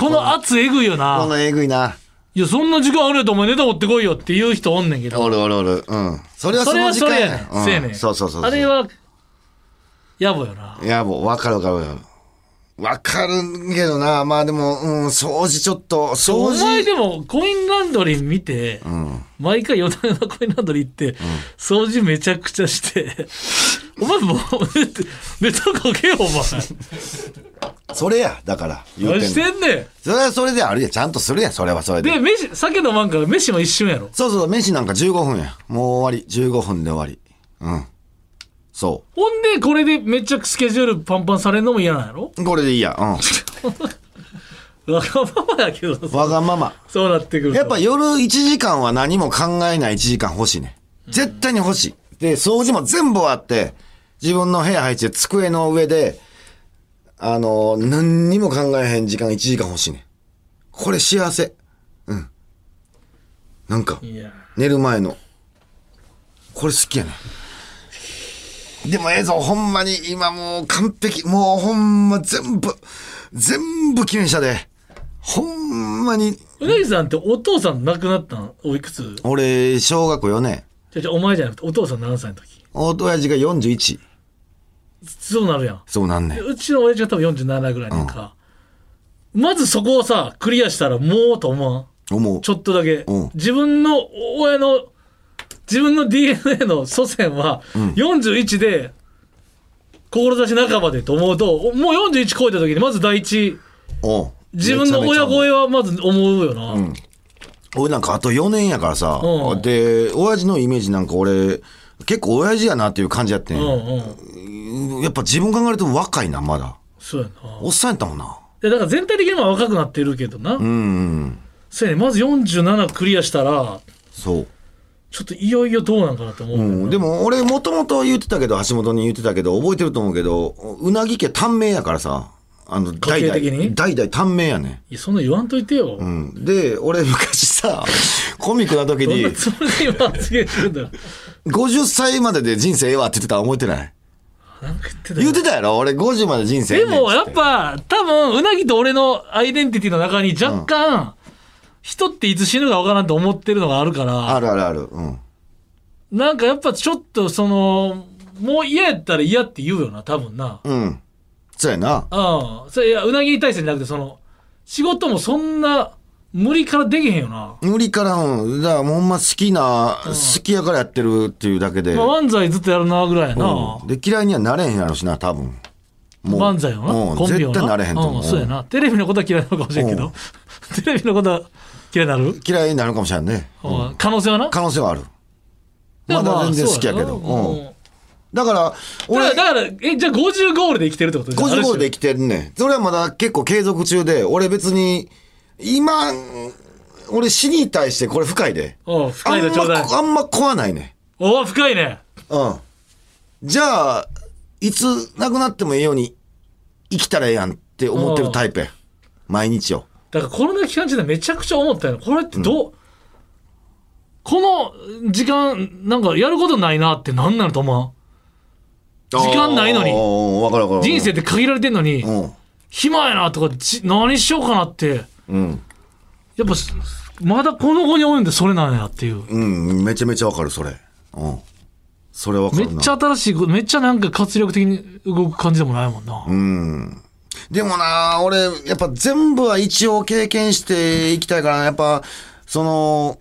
[SPEAKER 4] この圧えぐいよ
[SPEAKER 3] こ
[SPEAKER 4] な
[SPEAKER 3] のえぐいな。
[SPEAKER 4] いやそんな時間あるやとお前ネタ持ってこいよって言う人おんねんけど
[SPEAKER 3] おるおるおる。うん。それは
[SPEAKER 4] そ
[SPEAKER 3] そ
[SPEAKER 4] れ
[SPEAKER 3] の
[SPEAKER 4] は
[SPEAKER 3] 時
[SPEAKER 4] そ
[SPEAKER 3] 間
[SPEAKER 4] れ
[SPEAKER 3] や
[SPEAKER 4] やねん、
[SPEAKER 3] ん
[SPEAKER 4] せやねん
[SPEAKER 3] そうそうそうそ
[SPEAKER 4] あ
[SPEAKER 3] う。
[SPEAKER 4] れ。はやぼよない
[SPEAKER 3] や、もう、わかるわかるわかる。わかるけどな。まあでも、うん、掃除ちょっと、
[SPEAKER 4] お
[SPEAKER 3] 掃
[SPEAKER 4] 前
[SPEAKER 3] 除。
[SPEAKER 4] でもコインランドリー見て、
[SPEAKER 3] うん。
[SPEAKER 4] 毎回夜な夜なコインランドリー行って、掃除めちゃくちゃして、お前もう、 ネタかけよ、お前。
[SPEAKER 3] それや、だから。言う
[SPEAKER 4] 何
[SPEAKER 3] て
[SPEAKER 4] し
[SPEAKER 3] ん
[SPEAKER 4] て
[SPEAKER 3] の
[SPEAKER 4] んね
[SPEAKER 3] それはそれであるや。ちゃんとするや。それはそれ
[SPEAKER 4] ん。
[SPEAKER 3] で。
[SPEAKER 4] で、飯、酒飲まんから飯も一瞬やろ。
[SPEAKER 3] そうそう、飯なんか15分や。もう終わり。15分で終わり。うん。そ
[SPEAKER 4] ほんで、これでめっちゃスケジュールパンパンされるのも嫌なんやろ
[SPEAKER 3] う。これでいいや。う
[SPEAKER 4] わがままやけど、
[SPEAKER 3] ん。わがまま。
[SPEAKER 4] そうなってくると。
[SPEAKER 3] やっぱ夜1時間は何も考えない1時間欲しいね。絶対に欲しい。で、掃除も全部終わって、自分の部屋入って机の上で、あの、何にも考えへん時間1時間欲しいね。これ幸せ。うん。なんか、
[SPEAKER 4] いや、
[SPEAKER 3] 寝る前の。これ好きやね。でも映像ほんまに今もう完璧。もうほんま全部、全部記念したで。ほんまに。
[SPEAKER 4] うなぎさんってお父さん亡くなったんおいくつ
[SPEAKER 3] 俺、小学校4年。
[SPEAKER 4] じゃじゃお前じゃなくてお父さん何歳の時
[SPEAKER 3] 親父が41。
[SPEAKER 4] そうなるやん。
[SPEAKER 3] そうなんねん。
[SPEAKER 4] うちの親父が多分47ぐらいなんか、まずそこをさ、クリアしたらもうと思わん
[SPEAKER 3] 思う。
[SPEAKER 4] ちょっとだけ
[SPEAKER 3] うん。
[SPEAKER 4] 自分の親の、自分の DNA の祖先は、41で、志半ばでと思うと、もう41超えた時に、まず第一、
[SPEAKER 3] おう
[SPEAKER 4] 自分の
[SPEAKER 3] めち
[SPEAKER 4] 親
[SPEAKER 3] ゃめちゃ思う
[SPEAKER 4] 声はまず思うよな。
[SPEAKER 3] 俺なんかあと4年やからさ
[SPEAKER 4] う。ん
[SPEAKER 3] で、親父のイメージなんか俺、結構親父やなっていう感じやってん。
[SPEAKER 4] うんうん。
[SPEAKER 3] やっぱ自分考えると若いな、まだ。
[SPEAKER 4] そうやな。
[SPEAKER 3] おっさんやったもんな。
[SPEAKER 4] でだから全体的には若くなってるけどな。
[SPEAKER 3] うん。
[SPEAKER 4] そうやね。まず47クリアしたら、
[SPEAKER 3] そう。
[SPEAKER 4] ちょっといよいよどうなんかなと思うねんな、
[SPEAKER 3] うん、でも俺もともと言ってたけど橋本に言ってたけど覚えてると思うけどうなぎ家短命やからさあの代
[SPEAKER 4] 家
[SPEAKER 3] 々
[SPEAKER 4] 系的に
[SPEAKER 3] 代々短命やね
[SPEAKER 4] いや、そんな言わんといてよ。
[SPEAKER 3] ん、うん、で俺昔さコミックな時
[SPEAKER 4] どんな
[SPEAKER 3] に
[SPEAKER 4] つもりで今発言してるんだろう
[SPEAKER 3] 50歳までで人生ええわって言ってたの覚えてない
[SPEAKER 4] なんか言ってた
[SPEAKER 3] 言
[SPEAKER 4] よ
[SPEAKER 3] ってたやろ俺50まで人生ええ
[SPEAKER 4] で
[SPEAKER 3] ねん
[SPEAKER 4] もやっぱ多分うなぎと俺のアイデンティティの中に若干、人っていつ死ぬか分からんと思ってるのがあるから
[SPEAKER 3] あるあるあるうん
[SPEAKER 4] なんかやっぱちょっとそのもう嫌やったら嫌って言うよな多分な
[SPEAKER 3] うんそうやな
[SPEAKER 4] うんそれいやうなぎに対してじゃなくてその仕事もそんな無理からできへんよな、
[SPEAKER 3] 無理からうんだからもうほんま好きな、好きやからやってるっていうだけで、
[SPEAKER 4] まあ、漫才ずっとやるなぐらいやな、
[SPEAKER 3] うん、で嫌いにはなれへんやろしな多分もう
[SPEAKER 4] 漫才はな、
[SPEAKER 3] うん
[SPEAKER 4] コンビは
[SPEAKER 3] 絶対なれへんと思う、
[SPEAKER 4] うんそうやなテレビのことは嫌いなのかもしれんけ
[SPEAKER 3] う
[SPEAKER 4] ど テレビのことは嫌いになる、
[SPEAKER 3] 嫌いになるかもしれんね。
[SPEAKER 4] うん可能性はな
[SPEAKER 3] 可能性はある。ま
[SPEAKER 4] でも
[SPEAKER 3] だ全然好きやけ
[SPEAKER 4] そ
[SPEAKER 3] ど。
[SPEAKER 4] うな
[SPEAKER 3] うん。だから、
[SPEAKER 4] だ
[SPEAKER 3] 俺
[SPEAKER 4] か、ら、だからえ、じゃあ50ゴールで生きてるってことじゃん
[SPEAKER 3] 50号で
[SPEAKER 4] ある
[SPEAKER 3] 来てるね。それはまだ結構継続中で、俺別に、今、俺死に対してこれ深いで。
[SPEAKER 4] 種おう
[SPEAKER 3] あ
[SPEAKER 4] 深い
[SPEAKER 3] ん
[SPEAKER 4] な、ちょうだい
[SPEAKER 3] ま、。あんま怖ないね。
[SPEAKER 4] おう深いね。
[SPEAKER 3] うん。じゃあ、いつ亡くなってもええように生きたらええやんって思ってるタイプや。毎日を。
[SPEAKER 4] だからコロナ期間中でめちゃくちゃ思ったよ。これってどう、この時間、なんかやることないなってなんなのと思時間ないのに
[SPEAKER 3] あーわかるわかる。
[SPEAKER 4] う人生って限られてんのに、
[SPEAKER 3] うん。
[SPEAKER 4] 暇やなとか、じ何しようかなって、
[SPEAKER 3] うん。
[SPEAKER 4] やっぱ、まだこの後に及んでそれなんやっていう。
[SPEAKER 3] うん、めちゃめちゃわかる、それ。うん。それわか
[SPEAKER 4] め
[SPEAKER 3] るな。
[SPEAKER 4] っちゃ新しいこと、めっちゃなんか活力的に動く感じでもないもんな。
[SPEAKER 3] でもな、俺、やっぱ全部は一応経験していきたいから、やっぱ、その、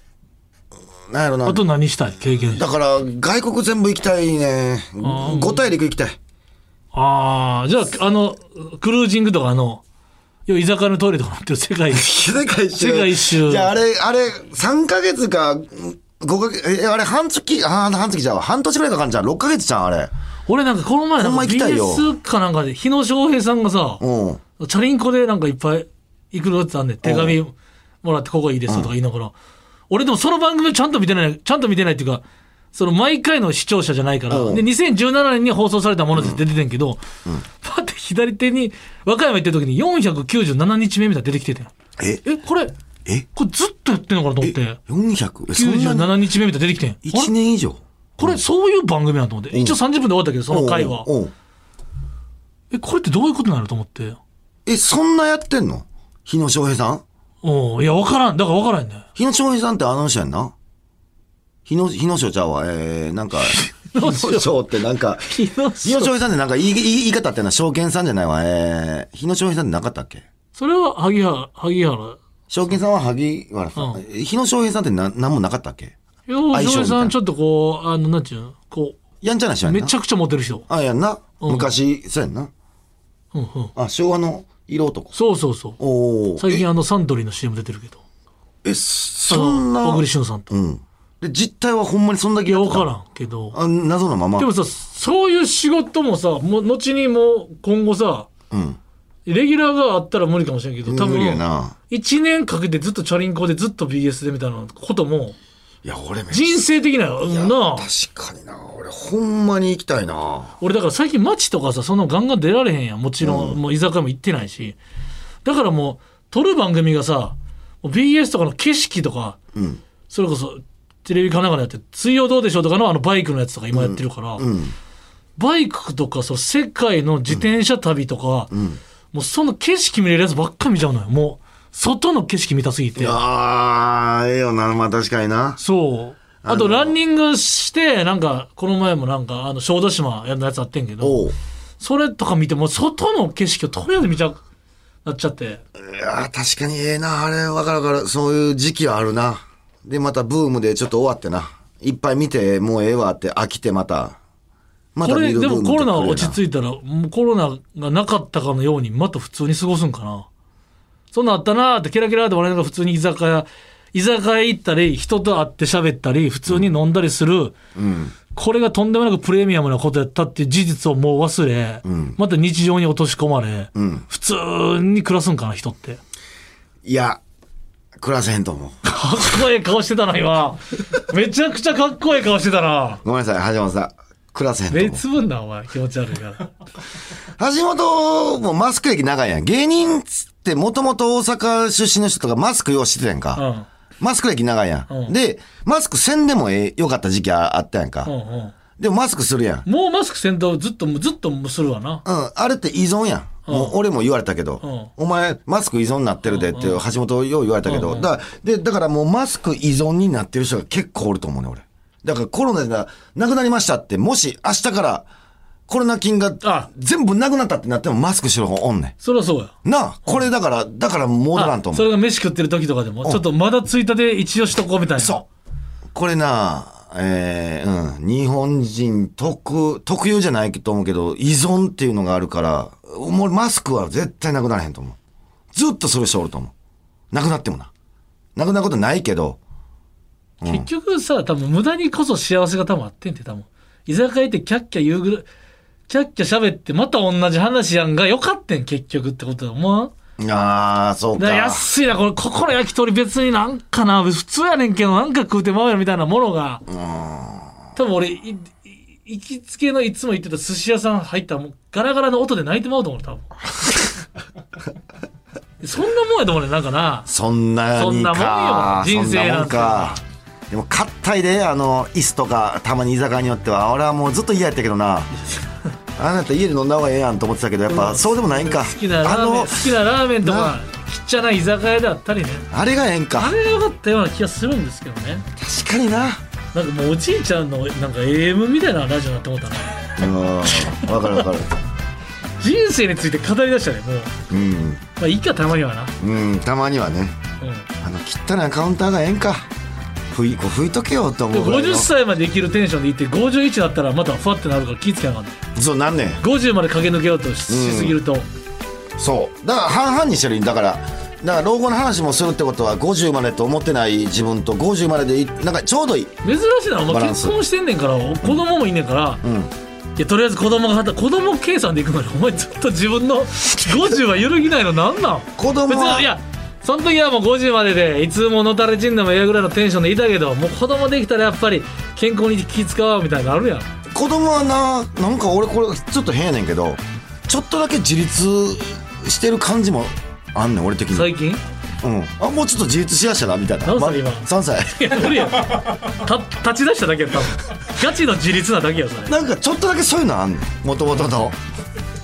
[SPEAKER 3] なんやろな。
[SPEAKER 4] あと何したい経験
[SPEAKER 3] だから、外国全部行きたいね。
[SPEAKER 4] ー
[SPEAKER 3] 五大陸行きたい。
[SPEAKER 4] ああ、じゃあ、あの、クルージングとかあの、要は居酒屋のトイレとかなってる世 界。
[SPEAKER 3] 世界一周。
[SPEAKER 4] 世界一周
[SPEAKER 3] じゃあ、あれ、あれ、3ヶ月か、5ヶ月、え、あれ、半月、あー、半月じゃうわ半年くらいかかんじゃん。6ヶ月じゃん、あれ。
[SPEAKER 4] 俺なんかこの前なん
[SPEAKER 3] ほんま
[SPEAKER 4] か
[SPEAKER 3] 行きたいよ
[SPEAKER 4] BS かなんかで、日野翔平さんがさ、
[SPEAKER 3] うん。
[SPEAKER 4] チャリンコでなんかいっぱい行くのってたんで、手紙もらってここいいですとか言いながら、俺でもその番組をちゃんと見てない、ちゃんと見てないっていうか、その毎回の視聴者じゃないから、
[SPEAKER 3] うん
[SPEAKER 4] で、2017年に放送されたものって出ててんけど、パって左手に、和歌山行ってる時に497日目みたいなの出てきててん。
[SPEAKER 3] え
[SPEAKER 4] え、これ、
[SPEAKER 3] え
[SPEAKER 4] これずっとやってんのかなと思って、
[SPEAKER 3] ?400? えそんな
[SPEAKER 4] 97日目みたいなの出てきてん。あれ
[SPEAKER 3] 1年以上
[SPEAKER 4] これそういう番組なんと思って、一応30分で終わったけど、その回は。
[SPEAKER 3] おうおうおう
[SPEAKER 4] え、これってどういうことなのと思って。
[SPEAKER 3] え、そんなやってんの日野翔平さん
[SPEAKER 4] おいや、わからん。だからわからんね。
[SPEAKER 3] 日野翔平さんってあの人やんな日野、日野翔ちゃうわ。えー、な んか、日
[SPEAKER 4] 野
[SPEAKER 3] 野
[SPEAKER 4] 翔
[SPEAKER 3] 翔ってなんか、
[SPEAKER 4] 日野翔
[SPEAKER 3] 日野翔平さんってなんか言い言い言い方ってのは証券さんじゃないわ。えー、日野翔平さんってなかったっけ
[SPEAKER 4] それは萩原、萩原。
[SPEAKER 3] 証券さんは萩原さん。
[SPEAKER 4] うん
[SPEAKER 3] 日野翔平さんってななんもなかったっけ
[SPEAKER 4] よう、
[SPEAKER 3] 相性みたいな
[SPEAKER 4] 翔平さん、ちょっとこう、あの、なんちゅうのこ
[SPEAKER 3] やんちゃな
[SPEAKER 4] う、
[SPEAKER 3] 人やんな。
[SPEAKER 4] めちゃくちゃモテる人。
[SPEAKER 3] あ、やんな。
[SPEAKER 4] うん
[SPEAKER 3] 昔、そうやんな。
[SPEAKER 4] うんうん。
[SPEAKER 3] あ、昭和の色男。
[SPEAKER 4] そうそうそう。
[SPEAKER 3] おお。
[SPEAKER 4] 最近あの、サントリーの CM 出てるけど。
[SPEAKER 3] え、えそん
[SPEAKER 4] あの
[SPEAKER 3] な
[SPEAKER 4] 小。栗旬さんと。
[SPEAKER 3] うん。で、実態はほんまにそんだ
[SPEAKER 4] い
[SPEAKER 3] け
[SPEAKER 4] や、
[SPEAKER 3] やっ
[SPEAKER 4] わ
[SPEAKER 3] てた
[SPEAKER 4] からんけど。
[SPEAKER 3] あ、謎のまま。
[SPEAKER 4] でもさ、そういう仕事もさ、もう、後にもう、今後さ、
[SPEAKER 3] うん。
[SPEAKER 4] レギュラーがあったら無理かもしれんけど、多
[SPEAKER 3] 無理や
[SPEAKER 4] 分、
[SPEAKER 3] な。
[SPEAKER 4] 1年かけてずっとチャリンコでずっと BS でみたいなことも、
[SPEAKER 3] いや、俺めっちゃ
[SPEAKER 4] 人生的なよ、うんな。
[SPEAKER 3] 確かにな。俺、ほんまに行きたいな。
[SPEAKER 4] 俺だから最近街とかさそんなガンガン出られへんやんもちろん、もう居酒屋も行ってないしだからもう撮る番組がさもう BS とかの景色とか
[SPEAKER 3] うん。
[SPEAKER 4] それこそテレビ神奈川のやってる「水曜どうでしょう」とかのあのバイクのやつとか今やってるから、
[SPEAKER 3] うん。
[SPEAKER 4] バイクとかその世界の自転車旅とか、もうその景色見れるやつばっか見ちゃうのよもう外の景色見たすぎて
[SPEAKER 3] ああ、ええよな。まあ、確かにな。
[SPEAKER 4] そうあとランニングしてなんかこの前もなんかあの小豆島やるやつあってんけど
[SPEAKER 3] おう。
[SPEAKER 4] それとか見ても外の景色をとりあえず見ちゃうなっちゃって
[SPEAKER 3] いやー、確かにええな。あれ、わかるわから、そういう時期はあるな。で、またブームでちょっと終わってな。いっぱい見て、もうええわって飽きてまた。また
[SPEAKER 4] これでもコロナ落ち
[SPEAKER 3] い
[SPEAKER 4] 着いたらもうコロナがなかったかのようにまた普通に過ごすんかなそんなんあったなーってケラケラーって笑いながら普通に居酒屋居酒屋行ったり人と会って喋ったり普通に飲んだりする、これがとんでもなくプレミアムなことやったっていう事実をもう忘れ、また日常に落とし込まれ、普通に暮らすんかな人って
[SPEAKER 3] いや、暮らせへんと思う。
[SPEAKER 4] かっこええ顔してたな 今めちゃくちゃかっこええ顔してたな
[SPEAKER 3] ごめんなさい、橋本さん。暮らせへんと思う。
[SPEAKER 4] 別分だお前気持ち悪いから
[SPEAKER 3] 橋本もマスク歴長いやん。芸人ってもともと大阪出身の人とかマスク用意してたやんか。マスク歴長いやん。
[SPEAKER 4] うん
[SPEAKER 3] で、マスクせんでもええよかった時期ああったやんか。
[SPEAKER 4] うんうん
[SPEAKER 3] でもマスクするやん。うん。
[SPEAKER 4] もうマスク先導ずっとずっとするわな
[SPEAKER 3] あれって依存やん。もう俺も言われたけど、
[SPEAKER 4] う
[SPEAKER 3] お前マスク依存になってるでって橋本よう言われたけど、だでだからもうマスク依存になってる人が結構おると思うね俺。だからコロナがなくなりましたって、もし明日からコロナ菌
[SPEAKER 4] あ
[SPEAKER 3] が全部なくなったってなってもマスクしろ方おんねん。
[SPEAKER 4] そりゃそうや
[SPEAKER 3] なあ、これだから、だから戻らんと
[SPEAKER 4] あ
[SPEAKER 3] 思。
[SPEAKER 4] そうれが飯食ってる時とかでもちょっとまだついたて一応しとこうみたいな
[SPEAKER 3] そう。これなあ、えー、うん、日本人特、特有じゃないと思うけど、依存っていうのがあるから、もうマスクは絶対なくならへんと思う。ずっとそれしておると思う。なくなってもな。なくなることないけど、
[SPEAKER 4] 結局さ多分無駄にこそ幸せが多分あってんて多分居酒屋行ってキャッキャ言うぐらいキャッキャ喋ってまた同じ話やんがよかってん結局ってことだもん
[SPEAKER 3] ああ、そう
[SPEAKER 4] だから
[SPEAKER 3] か。
[SPEAKER 4] 安いなこれここの焼き鳥別になんかな普通やねんけどなんか食うてまうやろみたいなものが多分俺いい行きつけのいつも行ってた寿司屋さん入ったらもうガラガラの音で泣いてまうと思う 多分そんなもんやと思うねんなんかな
[SPEAKER 3] そんな
[SPEAKER 4] そん
[SPEAKER 3] に
[SPEAKER 4] なもん
[SPEAKER 3] か
[SPEAKER 4] よ。人生なんて
[SPEAKER 3] そんなもんか。でも、買ったいで、あの、椅子とか、たまに居酒屋によっては、俺はもうずっと嫌やったけど な。あなた家で飲んだ方がええやんと思ってたけど、やっぱ、そうでもないんか。
[SPEAKER 4] 好きなラーメン
[SPEAKER 3] あ
[SPEAKER 4] 好きなラーメンとかちっちゃな居酒屋であったりね
[SPEAKER 3] の、あれがええん
[SPEAKER 4] あ
[SPEAKER 3] か。
[SPEAKER 4] れが良かったような気がするんですけどね
[SPEAKER 3] 確かにな。
[SPEAKER 4] なんかもうおじいちゃんのなんか AM みたいなラジオになって思ったな
[SPEAKER 3] うん、わかるわかる。
[SPEAKER 4] 人生について語りだしたねもう
[SPEAKER 3] うん、
[SPEAKER 4] まあいいかたまにはな
[SPEAKER 3] うん、たまにはね、
[SPEAKER 4] う
[SPEAKER 3] あの、汚いカウンターがええんか。ふい、こう拭いとけよと
[SPEAKER 4] ん、で
[SPEAKER 3] 思うぐらいの。
[SPEAKER 4] 50歳まで生きるテンションでいって51だったらまたふわってなるから気ぃつけなあかんね
[SPEAKER 3] そう、なんねん。
[SPEAKER 4] 50まで駆け抜けようとししすぎると、
[SPEAKER 3] そうだから半々にしてるだからだから老後の話もするってことは50までと思ってない自分と50まででいなんかちょうどいい
[SPEAKER 4] 珍しいなお
[SPEAKER 3] バ
[SPEAKER 4] 前
[SPEAKER 3] ランス
[SPEAKER 4] 結婚してんねんから子供もいんねんから、
[SPEAKER 3] ん
[SPEAKER 4] いやとりあえず子供がはた子供計算でいくのにお前ずっと自分の50は揺るぎないのなんなん
[SPEAKER 3] 子供は
[SPEAKER 4] 別にいやその時はもう5時まででいつものたれちんでもええぐらいのテンションでいたけどもう子供できたらやっぱり健康に気使おうみたいなのあるやん
[SPEAKER 3] 子供はななんか俺これちょっと変やねんけどちょっとだけ自立してる感じもあんねん俺的に、
[SPEAKER 4] 最 近
[SPEAKER 3] うん、あもうちょっと自立しだしたなみたいな
[SPEAKER 4] 何歳今
[SPEAKER 3] ま3歳
[SPEAKER 4] いや無理やんた立ち出しただけや多分ガチの自立なだけやそれだか
[SPEAKER 3] なんかちょっとだけそういうのあんねんもともとの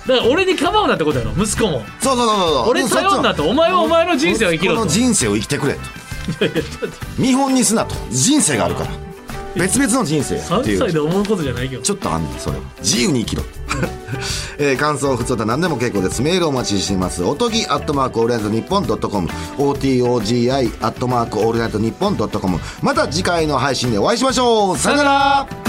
[SPEAKER 4] ら俺に構うなってことやろ息子も
[SPEAKER 3] そうそうそうそう
[SPEAKER 4] 俺頼んだとお前はお前の人生を生きろ
[SPEAKER 3] この
[SPEAKER 4] と
[SPEAKER 3] 人生を生きてくれと
[SPEAKER 4] いやいやちょっと
[SPEAKER 3] 見本にすなと人生があるから別々の人生やってい
[SPEAKER 4] 3歳で
[SPEAKER 3] う
[SPEAKER 4] 思うことじゃないけど
[SPEAKER 3] ちょっとあんねんそれは自由に生きろ えー感想普通だ何でも結構ですメールをお待ちしていますおとぎアットマークオールナイトニッポンドットコム OTOGI アットマークオールナイトニッポンドットコムまた次回の配信でお会いしましょうさよなら